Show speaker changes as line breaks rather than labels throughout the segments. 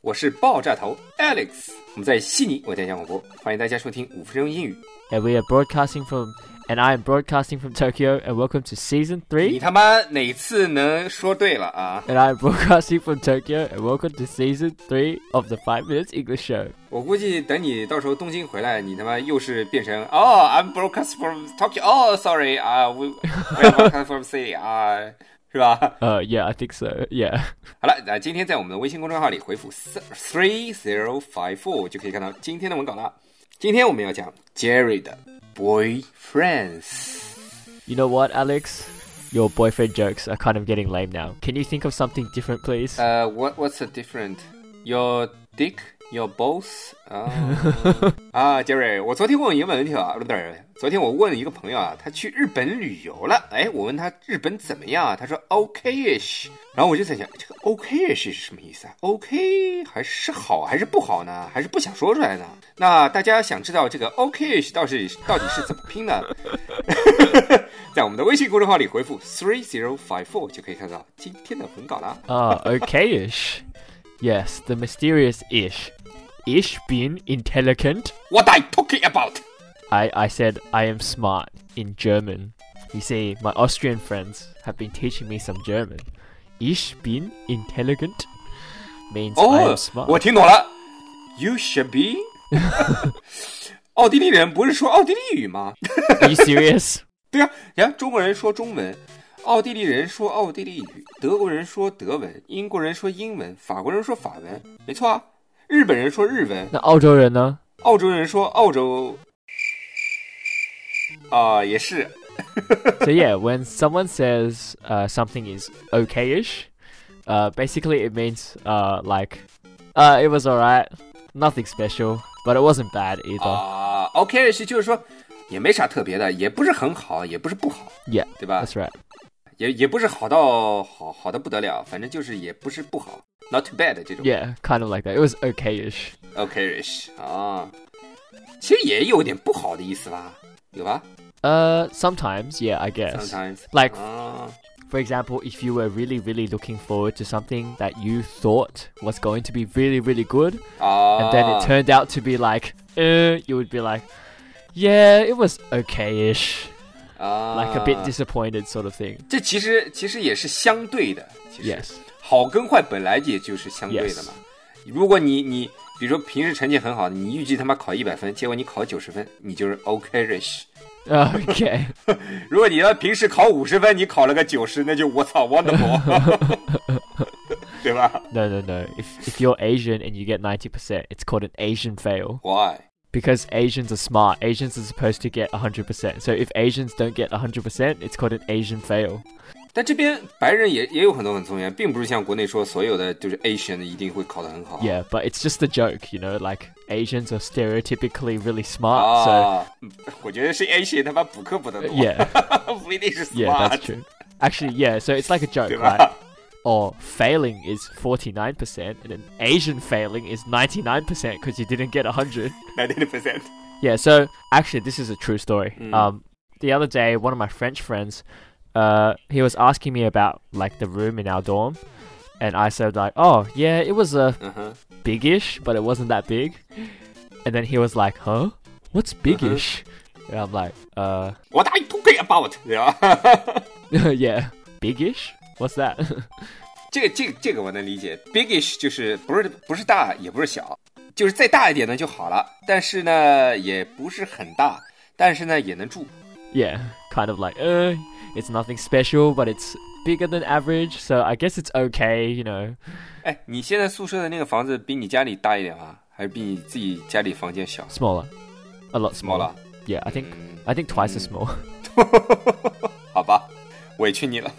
我是爆炸头 Alex，我们在悉尼为大家广播，欢迎大家收听五分钟英语。
And we are broadcasting from, and I am broadcasting from Tokyo. And welcome to season
你
three.
他妈哪次能说对了啊？
And I am broadcasting from Tokyo. And welcome to season three of the Five Minutes English Show.
我估计等你到时候东京回来，你他妈又是变成哦、i m broadcast from Tokyo，哦、s o r r y 啊、w e I'm broadcast from city 啊、是吧？
Uh, yeah, I think so. Yeah.
好了，那今天在我们的微信公众号里回复 three zero five four 就可以看到今天的文稿了。今天我们要讲 Jerry 的 boyfriends。
You know what, Alex? Your boyfriend jokes are kind of getting lame now. Can you think of something different, please?
呃、w h a t what's the different? Your dick, your balls? 啊、啊，杰瑞，我昨天问一个问题啊，不对，昨天我问一个朋友啊，他去日本旅游了，哎，我问他日本怎么样啊，他说 OK-ish，然后我就在想，这个 OK-ish 是什么意思啊？OK 还是好还是不好呢？还是不想说出来呢？那大家想知道这个 OK-ish 到底是到底是怎么拼呢？ 在我们的微信公众号里回复 three zero five four 就可以看到今天的文稿啦。
Ah, okay-ish. Yes, the mysterious ish. Ish bin intelligent.
What I talking about？
I, I said I am smart in German. You see, my Austrian friends have been teaching me some German. Ich bin intelligent means I
哦
am，smart.
我听懂了。You should be 。奥地利人不是说奥地利语吗？
Are you serious?
对啊，人家中国人说中文，奥地利人说奥地利语，德国人说德文，英国人说英文，法国人说法文，没错啊。日本人说日文，
那澳洲人呢？
澳洲人说澳洲。啊、也是
so yeah, when someone says uh, something is okay-ish, uh, basically it means uh, like uh, it was alright, nothing special, but it wasn't bad either.
Ah. 啊、o k 是就是说也没啥特别的，也不是很好，也不是不好，
yeah,
对吧？
that's right.
也也不是好到好好的不得了，反正就是也不是不好，not too bad 这种。
Yeah, kind of like that. It was okay-ish.
OK-ish 啊，其实也有点不好的意思吧，有吧
Uh, sometimes, yeah, I guess.
？Sometimes
Like
啊
For example, if you were really, really looking forward to something that you thought was going to be really, really good,
啊
and then it turned out to be like, uh, you would be like, yeah, it was okay ish,
啊
like a bit disappointed sort of thing.
这其实其实也是相对的，其实
Yes.
好跟坏本来也就是相对的
Yes
嘛。如果你你比如说平时成绩很好，你预计他妈考一百分，结果你考九十分，你就是 OK-ish。
Okay.
如果你要平时考五十分，你考了个九十，那就我操 wonderful，对吧
no, no, no. If, if you're Asian and you get 90%, it's called an Asian fail
？Why？
because Asians are smart. Asians are supposed to get 100%. So if Asians don't get 100%, it's called an Asian fail.
但这边白人也也有很多很聪明，并不是像国内说所有的就是 Asian 一定会考得很好。
Yeah, but it's just a joke, you know, like Asians are stereotypically really smart,
啊，我觉得是 Asian 他妈补课补得
so
多
yeah,
不一定是
yeah,
smart，
that's true. Actually, yeah, so it's like a joke,
对
right?
吧？
Or failing is 49% and an Asian failing is 99% cuz you didn't get 100.
90 percent
Yeah, so actually this is a true story.
Mm.
Um the other day one of my French friends uh he was asking me about like the room in our dorm and I said like, "Oh, yeah, it was a
嗯哼，
biggish, but it wasn't that big. And then he was like, huh? What's biggish? And I'm like, uh,
我打 talking about，对吧？
yeah, biggish? What's that?
这个这个这个我能理解，bigish 就是不是不是大也不是小，就是再大一点呢就好了，但是呢也不是很大，但是呢也能住。
yeah, kind of like, uh, it's nothing special, but it's bigger than average, so I guess it's okay, you know.
哎，你现在宿舍的那个房子比你家里大一点吗？还是比你自己家里房间小？嗯
Smaller. a lot smaller.
smaller。
Yeah, I think I think twice as small.
好吧，委屈你了。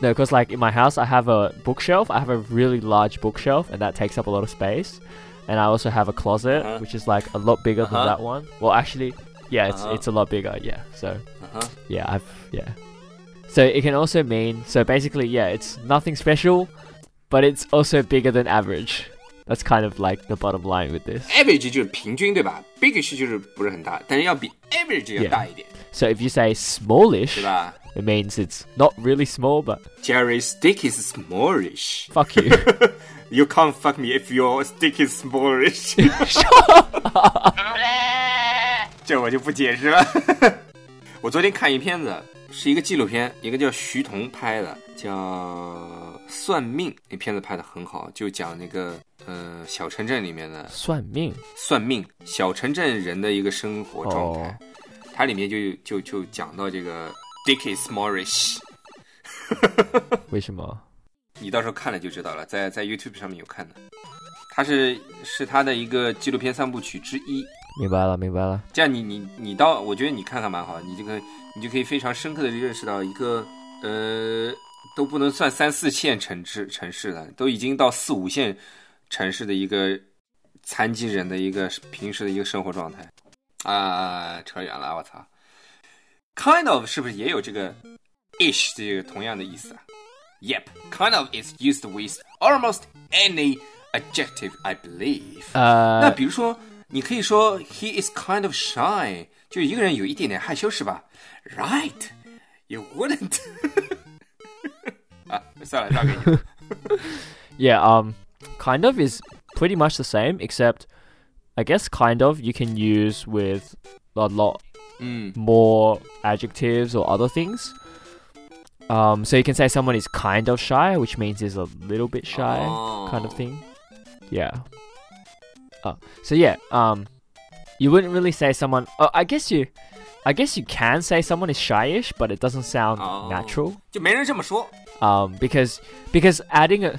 No, because like in my house, I have a bookshelf. I have a really large bookshelf, and that takes up a lot of space. And I also have a closet,
Uh-huh.
which is like a lot bigger
Uh-huh.
than that one. Well, actually, yeah, it's
Uh-huh.
it's a lot bigger. Yeah, so
嗯哼，
yeah, I've yeah. So it can also mean so basically, yeah, it's nothing special, but it's also bigger than average. That's kind of like the bottom line with this.
average 就是平均对吧？bigish 就是不是很大，但是要比 average 要大一点
So if you say smallish,
对吧
it means it's not really small, but
？Jerry's stick is smallish.
fuck you.
You can't fuck me if your stick is smallish. 这我就不解释了。 我昨天看一片子，是一个纪录片，一个叫徐彤拍的，叫《算命》。那片子拍的很好，就讲那个呃小城镇里面的
算命.
算命，小城镇人的一个生活状
哦
态。
Oh,
它里面就就就讲到这个 Dicky Smallish，
为什么?
你到时候看了就知道了，在在 YouTube 上面有看的。它是是他的一个纪录片三部曲之一，
明白了，明白了。
这样你你你到，我觉得你看看蛮好，你就可以你就可以非常深刻的认识到一个呃都不能算三四线城市城市了，都已经到四五线城市的一个残疾人的一个平时的一个生活状态啊，扯远了，我操，kind of 是不是也有这个 ish 这个同样的意思啊？Yep，kind of is used with almost any adjective I believe。那
呃，
比如说，你可以说 he is kind of shy，就一个人有一点点害羞，是吧？Right, you wouldn't 。 啊，算了，让给你。
yeah, um, kind of is pretty much the same, except I guess kind of you can use with a lot
嗯
more adjectives or other things. Um, so you can say someone is kind of shy, which means is a little bit shy,
哦
kind
Oh.
of thing. Yeah. Oh, so yeah, um, you wouldn't really say someone. Oh, I guess you, I guess you can say someone is shyish, but it doesn't sound
Oh.
natural.
就没人这么说。
um, because because adding a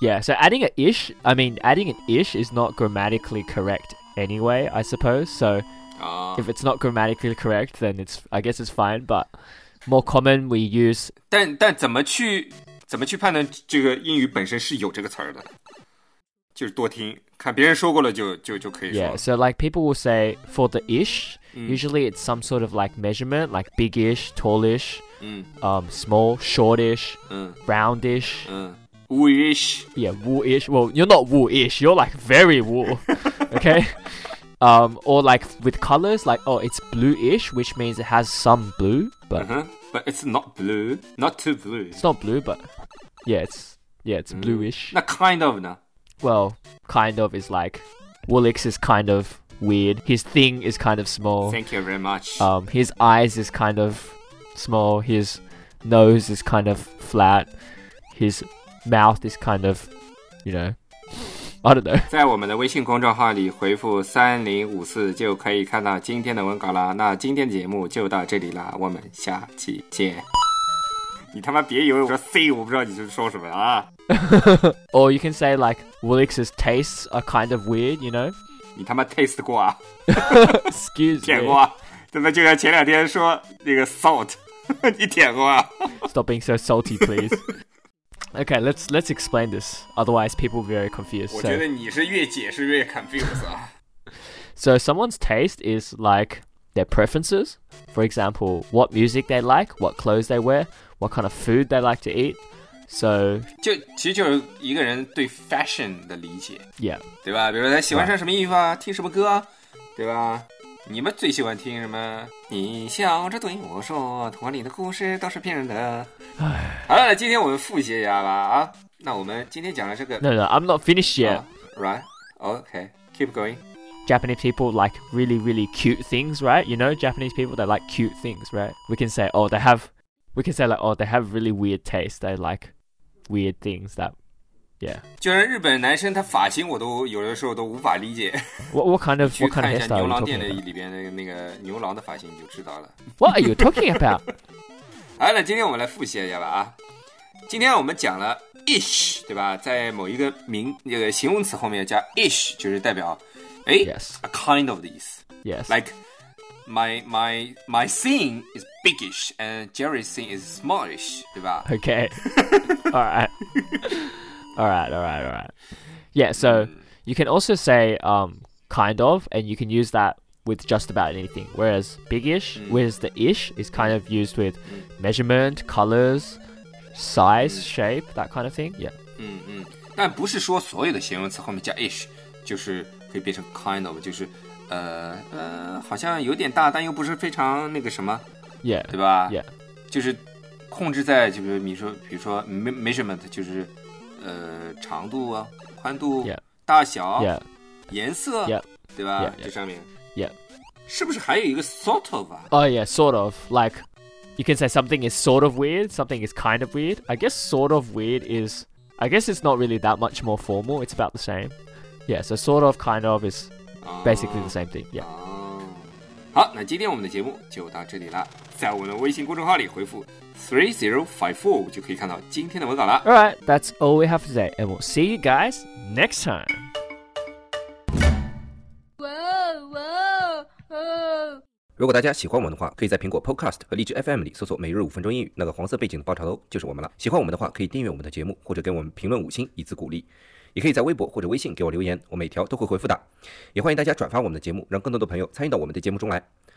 yeah, so adding a ish, I mean adding an ish is not grammatically correct anyway, I suppose. So
啊
if it's not grammatically correct, then it's I guess it's fine. But more common we use
但但怎么去怎么去判断这个英语本身是有这个词儿的？就是多听，看别人说过了就就就可以说
yeah.
了。
So like people will say for the ish,
Mm.
usually it's some sort of like measurement, like big-ish, tallish,
嗯
um, small, shortish,
嗯
roundish.
嗯，wish
yeah, wool-ish. Well, you're not wool-ish. You're like very wool. okay. Um, or like with colors, like oh, it's blue-ish, which means it has some blue, but
嗯哼，but it's not blue, not too blue
it's。not blue, but yeah, it's yeah, it's bluish.
那 kind of 呢？
Well, kind of is like Woolix is kind of weird. His thing is kind of small.
Thank you very much.
Um, his eyes is kind of small. His nose is kind of flat. His mouth is kind of, you know, I don't know.
在我们的微信公众号里回复三零五四就可以看到今天的文稿啦。那今天的节目就到这里啦，我们下期见。你他妈别以为我说 C，我不知道你是说什么啊！
Or you can say like Woolix's tastes are kind of weird, you know?
你他妈 taste 过啊，
Excuse
舔
me.
过啊？怎么就像前两天说那个 salt，你 舔过啊？
Stop being so salty, please. okay, let's let's explain this. Otherwise people will be very confused.
我觉
So,
得你是越解释越 confused 啊。
so someone's taste is like their preferences. For example, what music they like, what clothes they wear, what kind of food they like to eat. So
就其实就是一个人对 fashion 的理解，
yeah.
对吧？比如说他喜欢穿什么衣服啊，听什么歌啊，对吧？你们最喜欢听什么？你笑着对我说：“童话里的故事都是骗人的。”好了，今天我们复习一下吧啊。那我们今天讲的这个
No no, I'm not finished yet.
啊 right OK keep going
Japanese people like really, really cute things, right? You know, Japanese people they like cute things, right? We can say, oh, they have, we can say like, oh, they have really weird taste. They like weird things that, yeah.
就是日本男生他发型我都有的时候都无法理解，
What what kind of
去
what kind
看一
of
下牛
hairstyle are
郎
you
店的
talking about?
里边的那个牛郎的发型你就知道了。
What are you talking about?
好了，今天我们来复习一下吧啊。今天我们讲了 ish，对吧？在某一个名那个形容词后面加 ish，就是代表哎
Yes.
a kind of 的意思。
Yes.
Like my my my scene is biggish and Jerry's scene is smallish，对吧？
Okay. all right. All right. All right. All right. Yeah. So you can also say um, kind of, and you can use that with just about anything. Whereas big-ish, whereas the ish is kind of used with measurement, colors, size, shape, that kind of thing. Yeah.
嗯嗯，但不是说所有的形容词后面加 ish 就是可以变成 kind of，就是呃呃，好像有点大，但又不是非常那个什么，
Yeah.
对吧
Yeah.
就是控制在，就比如你说，比如说 me- measurement，就是呃长度啊、宽度、
Yeah.
大小、
Yeah.
颜色
Yeah.
对吧
Yeah, yeah.
这上面
Yeah.
是不是还有一个 sort of 啊？
Oh yeah. Sort of like. You can say something is sort of weird, something is kind of weird. I guess sort of weird is, I guess it's not really that much more formal. It's about the same. Yeah, so sort of, kind of is
啊
basically the same thing. Yeah.
哦，好，那今天我们的节目就到这里啦，在我们的微信公众号里回复 three zero five four 就可以看到今天的文稿了。
All right, that's all we have today, and we'll see you guys next time.
Whoa, whoa, oh. whoa.
如果大家喜欢我们的话，可以在苹果 Podcast 和荔枝 FM 里搜索“每日五分钟英语”，那个黄色背景的爆炸头就是我们了。喜欢我们的话，可以订阅我们的节目，或者给我们评论五星以资鼓励。也可以在微博或者微信给我留言，我每条都会回复的。也欢迎大家转发我们的节目，让更多的朋友参与到我们的节目中来。